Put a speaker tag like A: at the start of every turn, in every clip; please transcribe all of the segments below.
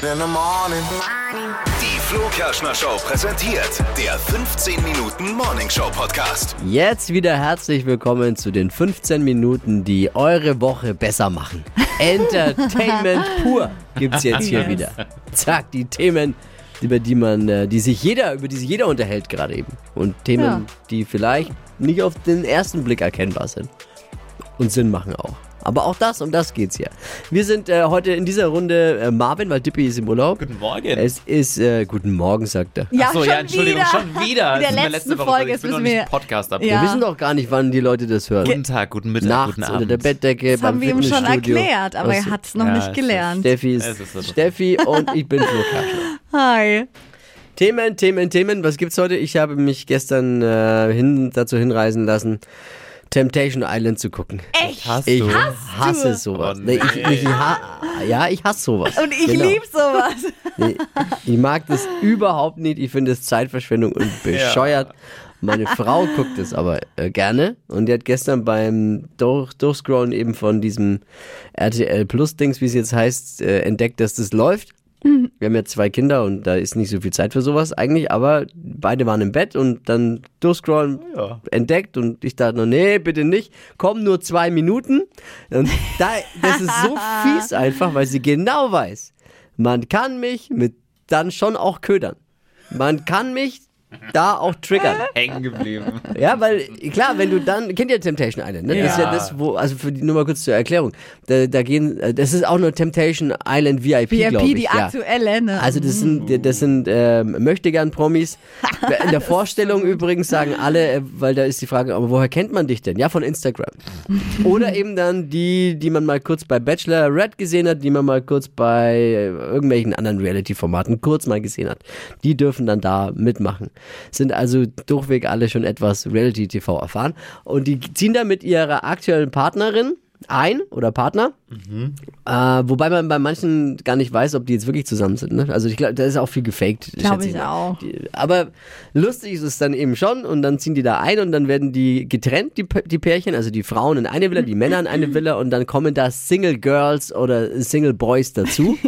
A: in the morning.
B: Die Flo Kerschner Show präsentiert der 15 Minuten Morning Show Podcast.
C: Jetzt wieder herzlich willkommen zu den 15 Minuten, die eure Woche besser machen. Entertainment pur gibt's jetzt hier wieder. Zack, die Themen, über die man, äh, die sich jeder, über die sich jeder unterhält gerade eben. Und Themen,
D: Ja.
C: die vielleicht nicht auf den ersten Blick erkennbar sind. Und Sinn machen auch. Aber auch das, um das geht's hier. Wir sind äh, heute in dieser Runde äh, Marvin, weil Dippy ist im Urlaub.
E: Guten Morgen.
C: Es ist, äh, guten Morgen, sagt er.
D: Ja,
E: Ach so,
D: schon
E: ja, Entschuldigung,
D: wieder.
E: schon wieder.
D: In der
E: Das ist mir
D: letzten
E: letzte Woche
D: Folge
E: passiert.
D: ist
E: ich bin noch
D: mir-
E: nicht Podcast ab.
C: Wir
D: Ja.
C: wissen doch gar nicht, wann die Leute das hören.
E: Guten Tag, guten Mittag,
C: nachts
E: guten Abend.
C: unter der Bettdecke.
D: Das haben wir ihm schon erklärt, aber er
C: Achso.
D: hat es noch
E: Ja, es
D: nicht
E: ist-
D: gelernt.
C: Steffi, ist,
E: Es ist so doof.
C: Steffi und ich bin Flo Kerschner.
D: Hi.
C: Themen, Themen, Themen. Was gibt's heute? Ich habe mich gestern äh, hin, dazu hinreisen lassen, Temptation Island zu gucken.
D: Echt?
E: Hast
C: Ich
E: du?
C: hasse sowas.
E: Oh,
C: nee. ich,
E: nee.
C: ich ha ja, ich hasse sowas.
D: Und ich
C: Genau.
D: lieb sowas.
C: Nee, ich mag das überhaupt nicht. Ich finde es Zeitverschwendung und bescheuert. Meine Frau guckt es aber äh, gerne und die hat gestern beim Durch Durchscrollen eben von diesem RTL Plus Dings, wie es jetzt heißt, äh, entdeckt, dass das läuft. Wir haben ja zwei Kinder und da ist nicht so viel Zeit für sowas eigentlich, aber beide waren im Bett und dann durchscrollen
E: Ja.
C: entdeckt und ich dachte noch, nee, bitte nicht, komm nur zwei Minuten. Und da, das ist so fies einfach, weil sie genau weiß, man kann mich mit dann schon auch ködern. Man kann mich da auch triggern.
E: Hängen geblieben.
C: Ja, weil, klar, wenn du dann, kennt ihr Temptation Island, ne? Das ist ja
E: Ja.
C: das, wo, also für die, nur mal kurz zur Erklärung, da, da gehen, das ist auch nur Temptation Island VIP,
D: VIP,
C: glaube ich.
D: die
C: ja.
D: aktuelle, ne?
C: Also das sind, das sind ähm, Möchtegern-Promis. In der Vorstellung übrigens sagen alle, äh, weil da ist die Frage, aber woher kennt man dich denn? Ja, von Instagram. Oder eben dann die, die man mal kurz bei Bachelor Red gesehen hat, die man mal kurz bei äh, irgendwelchen anderen Reality-Formaten kurz mal gesehen hat. Die dürfen dann da mitmachen. Sind also durchweg alle schon etwas Reality-TV erfahren. Und die ziehen da mit ihrer aktuellen Partnerin ein oder Partner. Äh, wobei man bei manchen gar nicht weiß, ob die jetzt wirklich zusammen sind. Ne? Also ich glaube, da ist auch viel gefaked.
D: Glaube
C: schätze
D: ich
C: mal.
D: auch.
C: Die, aber lustig ist es dann eben schon und dann ziehen die da ein und dann werden die getrennt, die, P- die Pärchen, also die Frauen in eine Villa, die Männer in eine Villa und dann kommen da Single Girls oder Single Boys dazu,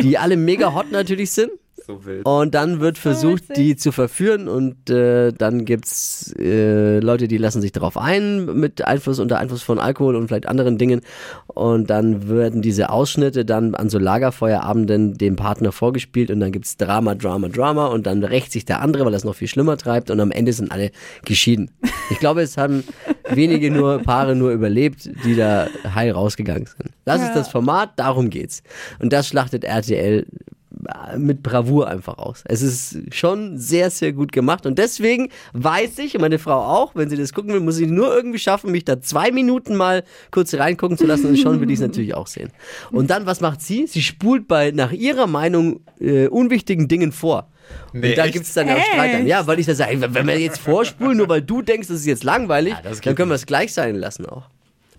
C: die alle mega hot natürlich sind.
E: So wild.
C: Und dann wird versucht,
D: witzig.
C: die zu verführen und äh, dann gibt's äh, Leute, die lassen sich darauf ein, mit Einfluss, unter Einfluss von Alkohol und vielleicht anderen Dingen. Und dann werden diese Ausschnitte dann an so Lagerfeuerabenden dem Partner vorgespielt und dann gibt's Drama, Drama, Drama und dann rächt sich der andere, weil das noch viel schlimmer treibt und am Ende sind alle geschieden. Ich glaube, es haben wenige nur Paare nur überlebt, die da heil rausgegangen sind. Das ist das Format, darum geht's. Und das schlachtet RTL mit Bravour einfach aus. Es ist schon sehr, sehr gut gemacht und deswegen weiß ich, und meine Frau auch, wenn sie das gucken will, muss ich nur irgendwie schaffen, mich da zwei Minuten mal kurz reingucken zu lassen und schon will ich es natürlich auch sehen. Und dann, was macht sie? Sie spult bei, nach ihrer Meinung, äh, unwichtigen Dingen vor.
E: Nee,
C: und da
E: echt?
C: gibt's dann auch Streit an. Ja, weil ich da sage, wenn wir jetzt vorspulen, nur weil du denkst, das ist jetzt langweilig,
E: das geht
C: dann können wir es gleich sein lassen auch.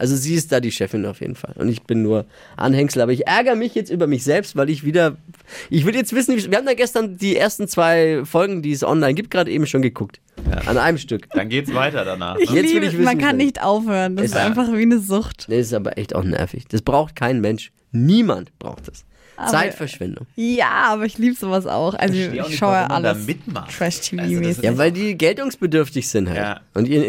C: Also sie ist da die Chefin auf jeden Fall. Und ich bin nur Anhängsel. Aber ich ärgere mich jetzt über mich selbst, weil ich wieder... Ich will jetzt wissen, wie- wir haben da gestern die ersten zwei Folgen, die es online gibt, gerade eben schon geguckt. An einem Stück.
E: Dann geht's weiter danach.
D: ich
E: Ne?
C: jetzt will
D: liebe,
C: ich wissen,
D: man kann
C: wie-
D: nicht aufhören. Das ist,
C: Ja.
D: einfach wie eine Sucht.
C: Nee, Das ist aber echt auch nervig. Das braucht kein Mensch. Niemand braucht das. Zeitverschwendung.
D: Ja, aber ich liebe sowas auch. Also ich,
E: verstehe auch nicht,
D: schaue
E: warum man da
D: alles.
E: mitmacht.
D: Trash-TV-mäßig.
E: Also das ist-
C: Ja, weil die geltungsbedürftig sind halt.
E: Ja.
C: Und ihren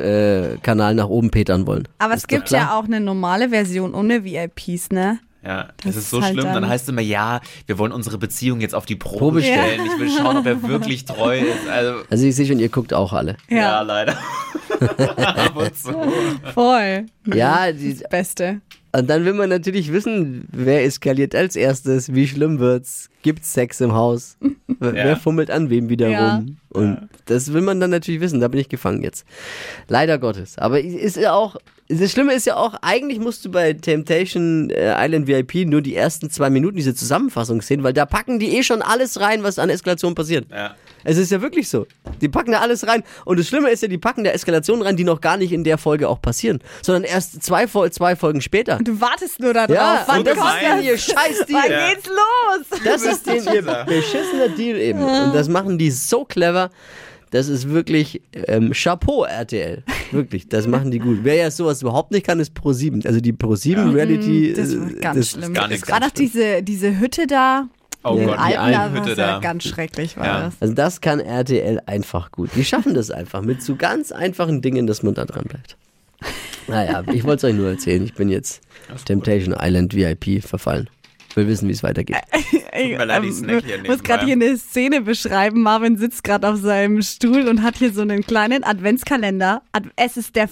C: Instagram-Kanal nach oben petern wollen.
D: Aber
C: Ist
D: es
C: doch
D: gibt
C: klar.
D: ja auch eine normale Version ohne VIPs, ne?
E: Ja,
D: Das
E: das ist so
D: ist halt
E: schlimm. Dann
D: dann-
E: heißt es immer, ja, wir wollen unsere Beziehung jetzt auf die Probe,
C: Probe
E: stellen. Ich will schauen, ob er wirklich treu ist. Also,
C: Also ich sehe schon, ihr guckt auch alle.
E: ja,
D: Ja,
E: leider. Ab und zu.
D: voll.
C: Ja, die,
D: Das Beste.
C: und dann will man natürlich wissen, wer eskaliert als erstes, wie schlimm wird's, gibt's Sex im Haus, wer, wer fummelt an wem wieder
D: Ja.
C: rum. Und das will man dann natürlich wissen, da bin ich gefangen jetzt. Leider Gottes. Aber es ist ja auch, das Schlimme ist ja auch, eigentlich musst du bei Temptation äh, Island VIP nur die ersten zwei Minuten diese Zusammenfassung sehen, weil da packen die eh schon alles rein, was an Eskalation passiert.
E: Ja.
C: Es ist ja wirklich so. Die packen da alles rein. Und das Schlimme ist ja, die packen da Eskalationen rein, die noch gar nicht in der Folge auch passieren, sondern erst zwei, Fol zwei Folgen später.
D: Du wartest nur darauf.
C: Ja,
D: Wann
C: und das ist
D: kommt
C: denen
D: das?
C: ihr scheiß
D: Wann
C: Deal.
D: geht's los?
C: Das ist denen ihr beschissener Deal eben. Und das machen die so clever. Das ist wirklich ähm, Chapeau RTL. Wirklich, das machen die gut. Wer ja sowas überhaupt nicht kann, ist Pro7. Also die Pro7 Reality
D: Mhm, Das
C: äh,
D: war ganz
C: das-
D: schlimm.
E: gar nichts.
D: Gerade auch diese, diese Hütte da.
E: Oh
D: in
E: Gott, die
D: Alpen, da
E: Alpenhütte
D: war's ja
E: da.
D: Ganz schrecklich war
E: Ja.
D: das.
C: Also das kann RTL einfach gut. Die schaffen das einfach mit so ganz einfachen Dingen, dass man da dran bleibt. Naja, ich wollte es euch nur erzählen. Ich bin jetzt Temptation Island VIP verfallen. Will wissen, wie es weitergeht.
D: Ich
E: mir leid, ich snack hier
D: ich Ähm, muss gerade
E: nebenbei.
D: hier eine Szene beschreiben. Marvin sitzt gerade auf seinem Stuhl und hat hier so einen kleinen Adventskalender. Ad es ist der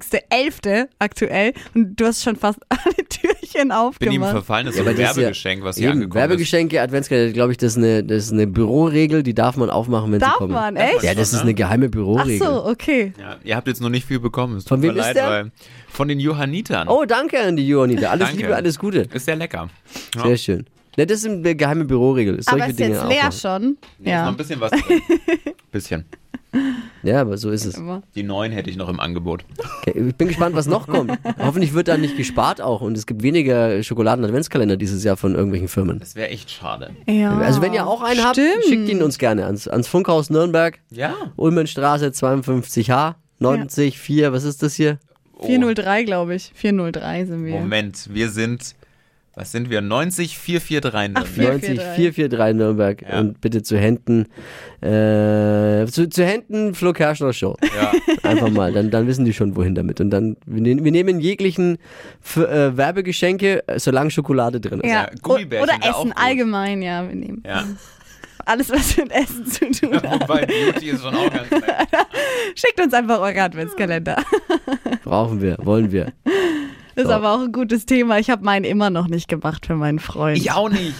D: 24.11. aktuell und du hast schon fast alle Türchen
E: Bin ihm
D: aufgemacht.
E: verfallen, das ist so
C: aber
E: ein
C: das ist ja
E: Werbegeschenk, was hier
C: Eben,
E: angekommen ist.
C: Werbegeschenke, Adventskalender, glaube ich, das ist, eine, das ist eine Büroregel, die darf man aufmachen, wenn sie
D: Darf
C: kommen.
D: man, echt?
C: Ja, das ist eine geheime
D: Ach
C: Büroregel.
D: so, okay.
E: Ja, ihr habt jetzt noch nicht viel bekommen. Es tut
C: Von wem
E: mir
C: ist
E: leid,
C: der?
E: weil- Von den Johannitern.
C: Oh, danke an die Johannita. Alles
E: Danke.
C: Liebe, alles Gute.
E: Ist sehr lecker. Ja.
C: Sehr schön. Ja, das ist eine geheime Büroregel. Solche
D: Aber ist
C: Dinge
D: jetzt leer
C: aufmachen.
D: schon.
E: Nee, Ist noch
D: ja.
E: ein bisschen was drin. bisschen.
C: Ja, aber so ist es.
D: Aber-
E: Die neuen hätte ich noch im Angebot.
C: Okay, ich bin gespannt, was noch kommt. Hoffentlich wird da nicht gespart auch und es gibt weniger Schokoladen-Adventskalender dieses Jahr von irgendwelchen Firmen.
E: Das wäre echt schade.
D: Ja.
C: Also wenn ihr auch einen habt,
D: Stimmt.
C: schickt ihn uns gerne ans, ans Funkhaus Nürnberg,
E: Ja.
C: Ulmenstraße 52H, 904, was ist das hier?
E: Oh,
D: 403, glaube ich. 403 sind wir.
E: Moment, wir sind, was sind wir? 90 443.
D: Ach, vier.
C: 90443 Nürnberg
E: Ja.
C: und bitte zu Händen, äh, zu, zu Händen Flo Kerschner Show.
E: Ja.
C: Einfach mal, dann, dann wissen die schon, wohin damit. Und dann, wir, nehmen- wir nehmen jeglichen F äh, Werbegeschenke, äh, solange Schokolade drin ist.
E: Ja, Gummibärchen
D: Oder
E: wär auch
D: Essen
E: gut.
D: allgemein, ja, wir nehmen.
E: ja.
D: Alles, was mit Essen zu tun hat.
E: Wobei Beauty ist schon auch ganz lecker.
D: Schickt uns einfach eure Adventskalender.
C: Brauchen wir, wollen wir.
D: Das
C: So.
D: ist aber auch ein gutes Thema. Ich habe meinen immer noch nicht gemacht für meinen Freund.
E: Ich auch nicht.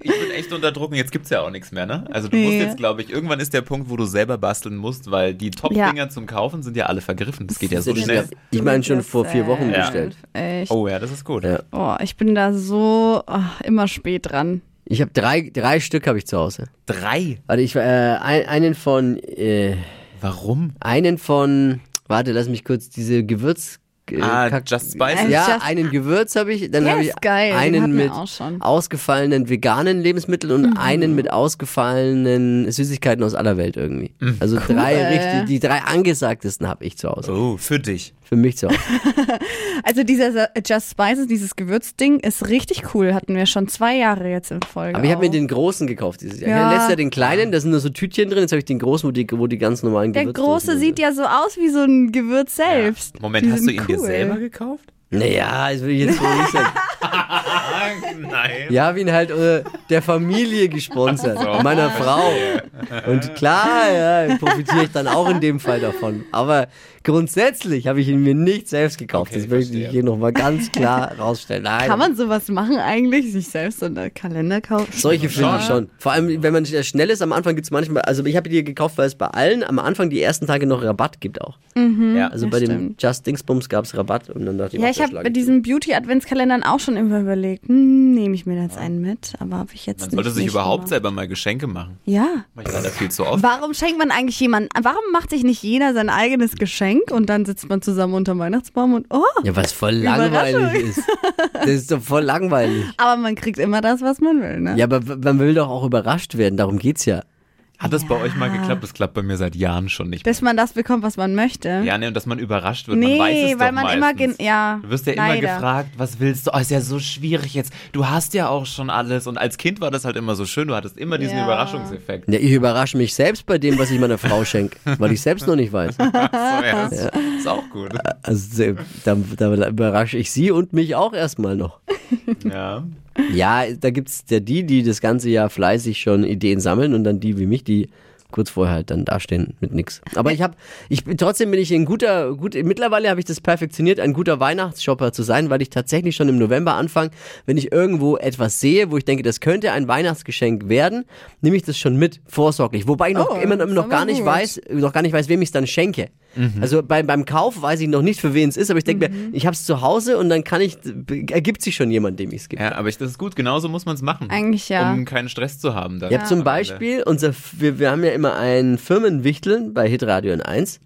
E: Ich bin echt unter Druck und jetzt gibt's ja auch nichts mehr, ne? Also du
D: Nee.
E: musst jetzt, glaube ich, irgendwann ist der Punkt, wo du selber basteln musst, weil die Top-Dinger zum Kaufen sind ja alle vergriffen. Das geht ja so
C: Das ist
E: schnell.
C: ja- Ich meine schon vor vier Wochen
E: Ja.
C: bestellt.
D: Echt.
E: Oh ja, das ist gut.
C: Ja.
D: Oh, ich bin da so ah, immer spät dran.
C: Ich habe drei, drei Stück habe ich zu Hause.
E: Drei.
C: Warte, ich äh, ein, einen von äh,
E: Warum?
C: einen von warte, lass mich kurz diese Gewürz äh,
E: Ah,
C: Kack-
E: Just Spices.
C: ja,
D: Just-
C: einen Gewürz habe ich, dann
D: Der
C: habe
D: ist
C: ich
D: geil, den
C: einen
D: hatten wir
C: mit
D: auch schon. Mhm.
C: ausgefallenen veganen Lebensmitteln und einen mit ausgefallenen Süßigkeiten aus aller Welt irgendwie. Also drei richtig, die drei angesagtesten habe ich zu Hause.
E: Oh, für dich.
C: Für mich zu Hause.
D: Also dieser Sa- Just Spices, dieses Gewürzding, ist richtig cool. Hatten wir schon zwei Jahre jetzt in Folge.
C: Aber ich habe mir
D: auch.
C: den großen gekauft dieses Jahr. Ich
D: Ja.
C: hatte letztes Jahr den kleinen, da sind nur so Tütchen drin. Jetzt habe ich den großen, wo die, wo die ganz normalen
D: Der
C: Gewürzdosen
D: große
C: drin
D: sieht ja so aus wie so ein Gewürz selbst.
E: Moment,
D: Die
E: hast du
D: sind
E: ihn
D: cool.
E: dir selber gekauft?
C: Naja, das will ich jetzt wohl nicht sagen.
E: Ah, nein.
C: Wir haben ihn halt äh, der Familie gesponsert,
E: so.
C: meiner Frau. Und klar, ja, profitiere ich dann auch in dem Fall davon. Aber grundsätzlich habe ich ihn mir nicht selbst gekauft.
E: Okay,
C: das möchte ich
E: verstehe.
C: hier nochmal ganz klar rausstellen. Nein.
D: Kann man sowas machen eigentlich? Sich selbst so einen Kalender kaufen?
C: solche finde ich
E: Schon.
C: schon. Vor allem, wenn man schnell ist, am Anfang gibt es manchmal, also ich habe die gekauft, weil es bei allen am Anfang die ersten Tage noch Rabatt gibt auch.
E: Ja.
C: Also
D: Ja,
C: bei dem
D: stimmt.
C: Just Dingsbums gab es Rabatt und dann dachte ich,
D: Ja,
C: ach,
D: ich
C: da
D: habe
C: schlage
D: bei diesen Beauty-Adventskalendern auch schon immer überlegt, hm, nehme ich mir jetzt einen mit, aber habe ich jetzt
E: Man
D: nicht.
E: sollte sich
D: nicht
E: überhaupt
D: gemacht.
E: selber mal Geschenke machen.
D: Ja.
E: Ich war da viel zu oft.
D: Warum schenkt man eigentlich jemanden, warum macht sich nicht jeder sein eigenes Geschenk und dann sitzt man zusammen unterm Weihnachtsbaum und oh,
C: Ja, was voll langweilig ist. Das ist doch voll langweilig.
D: aber man kriegt immer das, was man will, ne?
C: Ja, aber w- man will doch auch überrascht werden, darum geht's ja.
E: Hat das bei euch mal geklappt? Das klappt bei mir seit Jahren schon nicht.
D: Dass man das bekommt, was man möchte.
E: Ja, ne, und dass man überrascht wird.
D: nee,
E: man weiß es
D: weil
E: doch
D: man immer,
E: meistens.
D: gen- ja.
E: Du wirst ja immer
D: leider.
E: gefragt, was willst du? Oh, ist ja so schwierig jetzt. Du hast ja auch schon alles. Und als Kind war das halt immer so schön. Du hattest immer diesen
D: Ja.
E: Überraschungseffekt.
C: Ja, ich überrasche mich selbst bei dem, was ich meiner Frau schenke, weil ich selbst noch nicht weiß.
E: So, ja, das Ist auch gut.
C: Also äh, da, da überrasche ich sie und mich auch erstmal noch.
E: Ja.
C: Ja, da gibt's ja die, die das ganze Jahr fleißig schon Ideen sammeln und dann die wie mich, die kurz vorher halt dann dastehen mit nix. Aber ich habe, ich bin trotzdem bin ich ein guter, gut, mittlerweile habe ich das perfektioniert, ein guter Weihnachtsshopper zu sein, weil ich tatsächlich schon im November anfange, wenn ich irgendwo etwas sehe, wo ich denke, das könnte ein Weihnachtsgeschenk werden, nehme ich das schon mit, vorsorglich. Wobei ich noch
D: Oh,
C: immer
D: ist
C: noch
D: aber
C: gar nicht
D: gut.
C: weiß, noch gar nicht weiß, wem ich es dann schenke. Also bei, beim Kauf weiß ich noch nicht, für wen es ist, aber ich denke
D: Mhm.
C: mir, ich habe es zu Hause und dann kann ich, ergibt sich schon jemand, dem ich es gebe.
E: Ja, aber ich, das ist gut. Genauso muss man es machen.
D: Eigentlich ja.
E: Um keinen Stress zu haben. Dann
C: Ja, zum Beispiel, unser, F- wir, wir haben ja immer einen Firmenwichteln bei Hitradio in 1.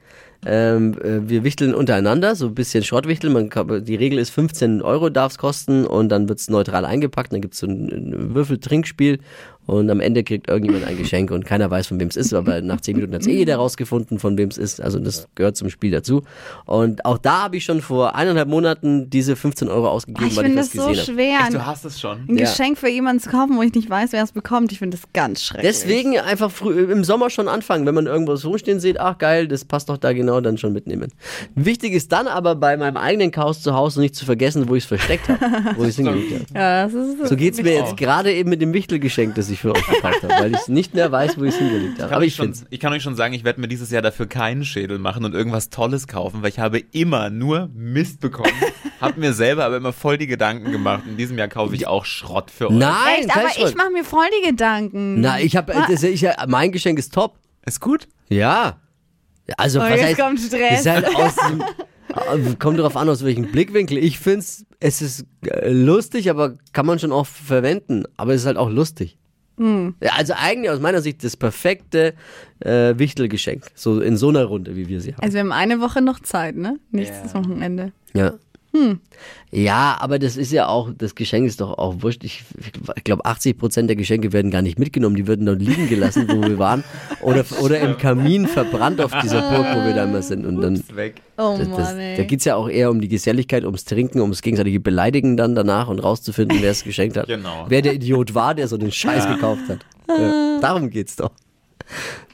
C: Ähm, äh, wir wichteln untereinander, so ein bisschen Schrottwichteln. Man, kann- die Regel ist 15 Euro darf es kosten und dann wird es neutral eingepackt. Dann gibt es so ein, ein Würfeltrinkspiel Und am Ende kriegt irgendjemand ein Geschenk und keiner weiß, von wem es ist, aber nach zehn Minuten hat es eh jeder rausgefunden, von wem es ist. Also das gehört zum Spiel dazu. Und auch da habe ich schon vor eineinhalb Monaten diese 15 Euro
D: Boah,
C: ausgegeben,
D: Ah, ich
C: weil ich
D: finde
C: was
D: das so
C: gesehen habe.
D: schwer,
E: Echt,
D: ein,
E: du hast es schon.
D: ein
C: Ja.
D: Geschenk für jemanden zu kaufen, wo ich nicht weiß, wer es bekommt. Ich finde das ganz schrecklich.
C: Deswegen einfach früh äh, im Sommer schon anfangen, wenn man irgendwas rumstehen sieht, ach geil, das passt doch da genau, dann schon mitnehmen. Wichtig ist dann aber bei meinem eigenen Chaos zu Hause nicht zu vergessen, wo ich es versteckt habe, wo ich es hingelegt habe.
D: Ja, das ist
C: So geht's mir
E: Mich
C: jetzt
E: auch.
C: gerade eben mit dem Wichtelgeschenk, das ich für euch gepackt habe, weil ich nicht mehr weiß, wo ich es hingelegt habe. Aber
E: euch
C: ich
E: schon,
C: find's.
E: ich kann euch schon sagen, ich werde mir dieses Jahr dafür keinen Schädel machen und irgendwas Tolles kaufen, weil ich habe immer nur Mist bekommen, habe mir selber aber immer voll die Gedanken gemacht. In diesem Jahr kaufe ich auch Schrott für euch.
C: Also, Nein,
D: Echt, aber
C: kein Schritt.
D: ich mache mir voll die Gedanken. Ah,
C: Na, ich habe ich, mein Geschenk ist top.
E: Ist gut?
C: Ja. Also
D: Oh,
C: was
D: jetzt
C: heißt,
D: kommt Stress.
C: Ist halt aus dem, kommt darauf an, aus welchem Blickwinkel. Ich find's, es ist äh, lustig, aber kann man schon auch verwenden. Aber es ist halt auch lustig. Ja, Also eigentlich aus meiner Sicht das perfekte äh, Wichtelgeschenk. So in so einer Runde, wie wir sie haben.
D: Also wir haben eine Woche noch Zeit, ne? Nichts
E: Ja.
D: das Wochenende.
C: Ja. Ja, aber das ist ja auch, das Geschenk ist doch auch wurscht. Ich, ich glaube, 80 Prozent der Geschenke werden gar nicht mitgenommen. Die werden dort liegen gelassen, wo wir waren. Oder, oder im Kamin verbrannt auf dieser Burg, wo wir da immer sind. Und dann,
E: Ist weg.
D: Oh
C: das, das,
D: Mann, ey.
C: da geht's ja auch eher um die Geselligkeit, ums Trinken, ums gegenseitige Beleidigen dann danach und rauszufinden, wer es geschenkt hat.
E: Genau.
C: Wer der Idiot war, der so den Scheiß gekauft hat. Ja, darum geht's doch.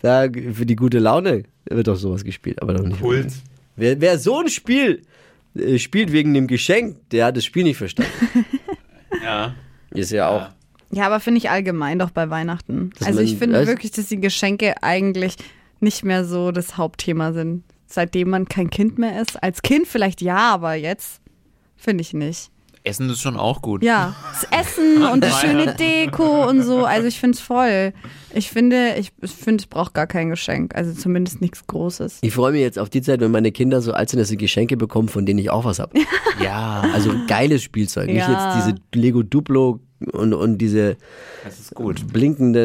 C: Da, für die gute Laune wird doch sowas gespielt, aber doch nicht.
E: Kult.
C: Wer, wer so ein Spiel äh, spielt wegen dem Geschenk, der hat das Spiel nicht verstanden.
E: Ja.
C: Ist ja auch.
D: ja, aber finde ich allgemein doch bei Weihnachten.
C: Dass
D: also
C: man-
D: ich finde
C: weiß-
D: wirklich, dass die Geschenke eigentlich nicht mehr so das Hauptthema sind. Seitdem man kein Kind mehr ist. Als Kind vielleicht ja, aber jetzt finde ich nicht.
E: Essen ist schon auch gut.
D: Ja, das Essen und die schöne Deko und so. Also ich finde es voll. Ich finde, ich, ich finde, ich brauche gar kein Geschenk. Also zumindest nichts Großes.
C: Ich freue mich jetzt auf die Zeit, wenn meine Kinder so alt sind, dass sie Geschenke bekommen, von denen ich auch was habe.
E: Ja,
C: Also geiles Spielzeug. Nicht
D: Ja.
C: jetzt diese Lego Duplo und, und diese
E: das ist gut.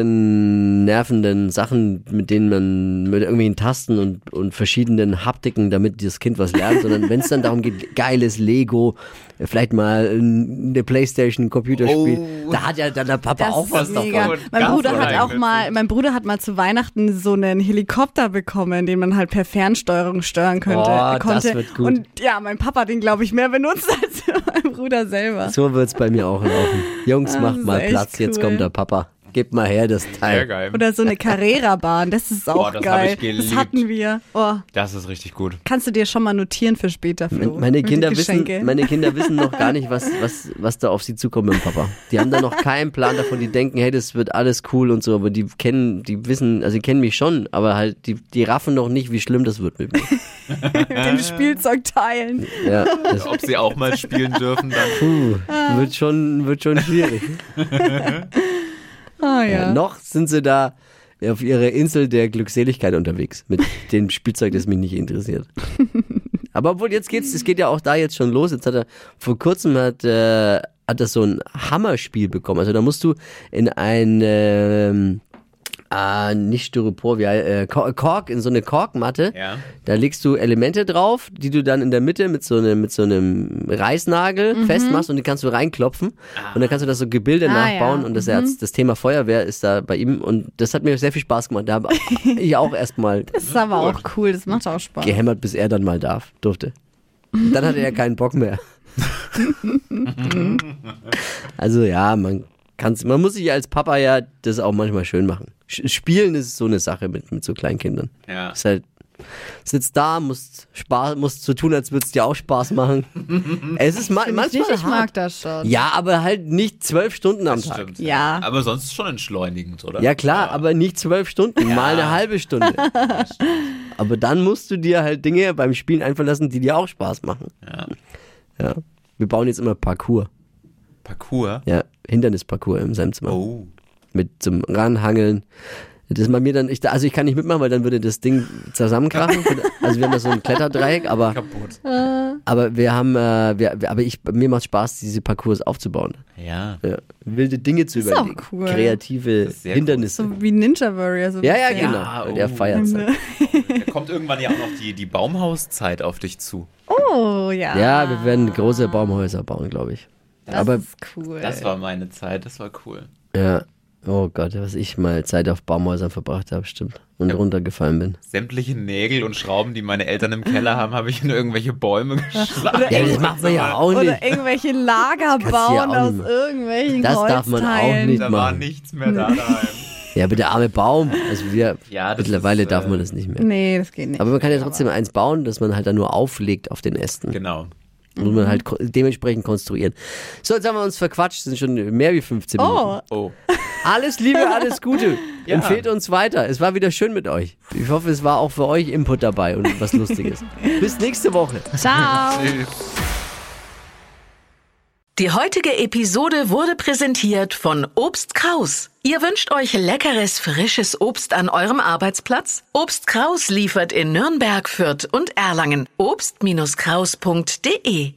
C: blinkenden, nervenden Sachen, mit denen man mit irgendwelchen Tasten und, und verschiedenen Haptiken, damit das Kind was lernt, sondern wenn es dann darum geht, geiles Lego, vielleicht mal eine Playstation, ein Computerspiel,
E: Oh.
C: da hat ja dann der Papa auch was
D: ist
E: davon.
D: mega.
E: Und
D: Mein
E: ganz
D: Bruder hat
E: allein
D: auch mal, mein Bruder hat mal zu Weihnachten so einen Helikopter bekommen, den man halt per Fernsteuerung steuern könnte.
C: Oh, das
D: konnte.
C: wird gut.
D: Und ja, mein Papa hat den glaube ich mehr benutzt als mein Bruder selber.
C: So wird's bei mir auch laufen. Jungs,
D: Ah, Das
C: macht
D: ist
C: mal
D: echt
C: Platz, jetzt
D: cool.
C: kommt der Papa. Gib mal her das
E: Sehr
C: Teil.
E: geil.
D: Oder so eine Carrera-Bahn, das ist auch
E: Boah, das hab
D: geil.
E: ich geliebt.
D: Das hatten wir. Oh,
E: Das ist richtig gut.
D: kannst du dir schon mal notieren für später, Flo?
C: Meine
D: Für die
C: Kinder, wissen,
D: Geschenke.
C: meine Kinder wissen noch gar nicht, was, was, was da auf sie zukommt mit dem Papa. Die haben da noch keinen Plan davon. Die denken, hey, das wird alles cool und so. Aber die kennen, die wissen, also die kennen mich schon, aber halt, die, die raffen noch nicht, wie schlimm das wird mit mir.
D: mit dem Spielzeug teilen.
C: Ja, das
E: Ob sie auch mal spielen dürfen, dann.
C: puh, wird, schon, wird schon schwierig.
D: Ah ja.
C: Noch sind sie da auf ihrer Insel der Glückseligkeit unterwegs mit dem Spielzeug, das mich nicht interessiert. Aber obwohl jetzt geht's, es geht ja auch da jetzt schon los. Jetzt hat er vor kurzem hat äh, hat das so ein Hammerspiel bekommen. Also da musst du in ein ähm, Ah, nicht Styropor, wie hei- äh, Kor- Kork, in so eine Korkmatte.
E: Ja.
C: Da legst du Elemente drauf, die du dann in der Mitte mit so einem, mit so einem Reißnagel
D: Mhm.
C: festmachst und die kannst du reinklopfen. Und dann kannst du das so Gebilde
D: Ah,
C: nachbauen.
D: ja.
C: Und das, Herz- das Thema Feuerwehr ist da bei ihm. Und das hat mir sehr viel Spaß gemacht. Da habe ich auch erstmal
D: Das ist aber auch cool, das macht auch Spaß.
C: gehämmert, bis er dann mal darf, durfte. Und dann hatte er keinen Bock mehr. also ja, man kann's, man muss sich als Papa ja das auch manchmal schön machen. Sch- Spielen ist so eine Sache mit, mit so kleinen Kindern.
E: Ja.
C: Ist halt, sitzt da, musst Spaß, musst so tun, als würde es dir auch Spaß machen. es ist ma
D: Manchmal
C: manchmal
D: ich mag
C: hart.
D: das schon.
C: Ja, aber halt nicht zwölf Stunden am Tag.
E: Stimmt.
D: Ja.
E: Aber sonst schon entschleunigend, oder?
C: Ja klar, aber nicht zwölf Stunden, mal eine halbe Stunde. aber dann musst du dir halt Dinge beim Spielen einfallen lassen, die dir auch Spaß machen.
E: Ja.
C: Ja. Wir bauen jetzt immer Parcours,
E: Parcours.
C: ja, Hindernisparcours im Samzimmer.
E: Oh.
C: Mit zum Ranhangeln. Das ist bei mir dann, ich, also ich kann nicht mitmachen, weil dann würde das Ding zusammenkrachen. Also wir haben da so ein Kletterdreieck, aber,
E: Kaputt.
C: aber wir haben, äh, wir, wir- aber ich, mir macht Spaß, diese Parcours aufzubauen.
E: Ja.
C: Ja. Wilde Dinge zu
D: ist auch
C: überlegen.
D: cool.
C: Kreative
E: ist sehr cool.
C: Hindernisse.
D: So wie Ninja Warrior. So ein
C: Ja, ja,
D: bisschen.
C: genau.
E: Ja,
C: Und er
E: oh.
C: feiert es.
E: Da kommt irgendwann ja auch noch die, die Baumhauszeit auf dich zu.
D: Oh ja.
C: genau. Ja, wir werden große Baumhäuser bauen, glaube ich.
D: Das
C: Aber
D: ist cool.
E: Das war meine Zeit, das war cool.
C: ja, Oh Gott, was ich mal Zeit auf Baumhäusern verbracht habe, stimmt. Und runtergefallen bin.
E: Sämtliche Nägel und Schrauben, die meine Eltern im Keller haben, habe ich in irgendwelche Bäume geschlagen.
D: Oder
C: Ja,
D: Ja,
C: das macht man ja auch
D: Oder
C: nicht.
D: irgendwelche Lager bauen
C: auch
D: aus
C: nicht.
D: irgendwelchen
C: Das darf man auch
D: Holzteilen.
C: nicht. Hm.
E: da war
C: mitmachen.
E: nichts mehr da daheim.
C: Ja, aber der arme Baum. Also wir,
E: Ja, das
C: mittlerweile
E: ist,
C: darf
E: äh,
C: man das nicht mehr.
D: Nee, das geht nicht.
C: Aber man kann ja trotzdem eins bauen, dass man halt dann nur auflegt auf den Ästen.
E: Genau.
C: Muss man halt ko- dementsprechend konstruieren. So, jetzt haben wir uns verquatscht, sind schon mehr wie 15 Minuten.
D: oh,
E: Oh.
C: Alles Liebe, alles Gute.
E: Ja.
C: Empfehlt uns weiter. Es war wieder schön mit euch. Ich hoffe, es war auch für euch Input dabei und was Lustiges. Bis nächste Woche.
D: ciao.
E: Tschüss.
A: Die heutige Episode wurde präsentiert von Obst Kraus. Ihr wünscht euch leckeres, frisches Obst an eurem Arbeitsplatz? Obst Kraus liefert in Nürnberg, Fürth und Erlangen. Obst-Kraus.de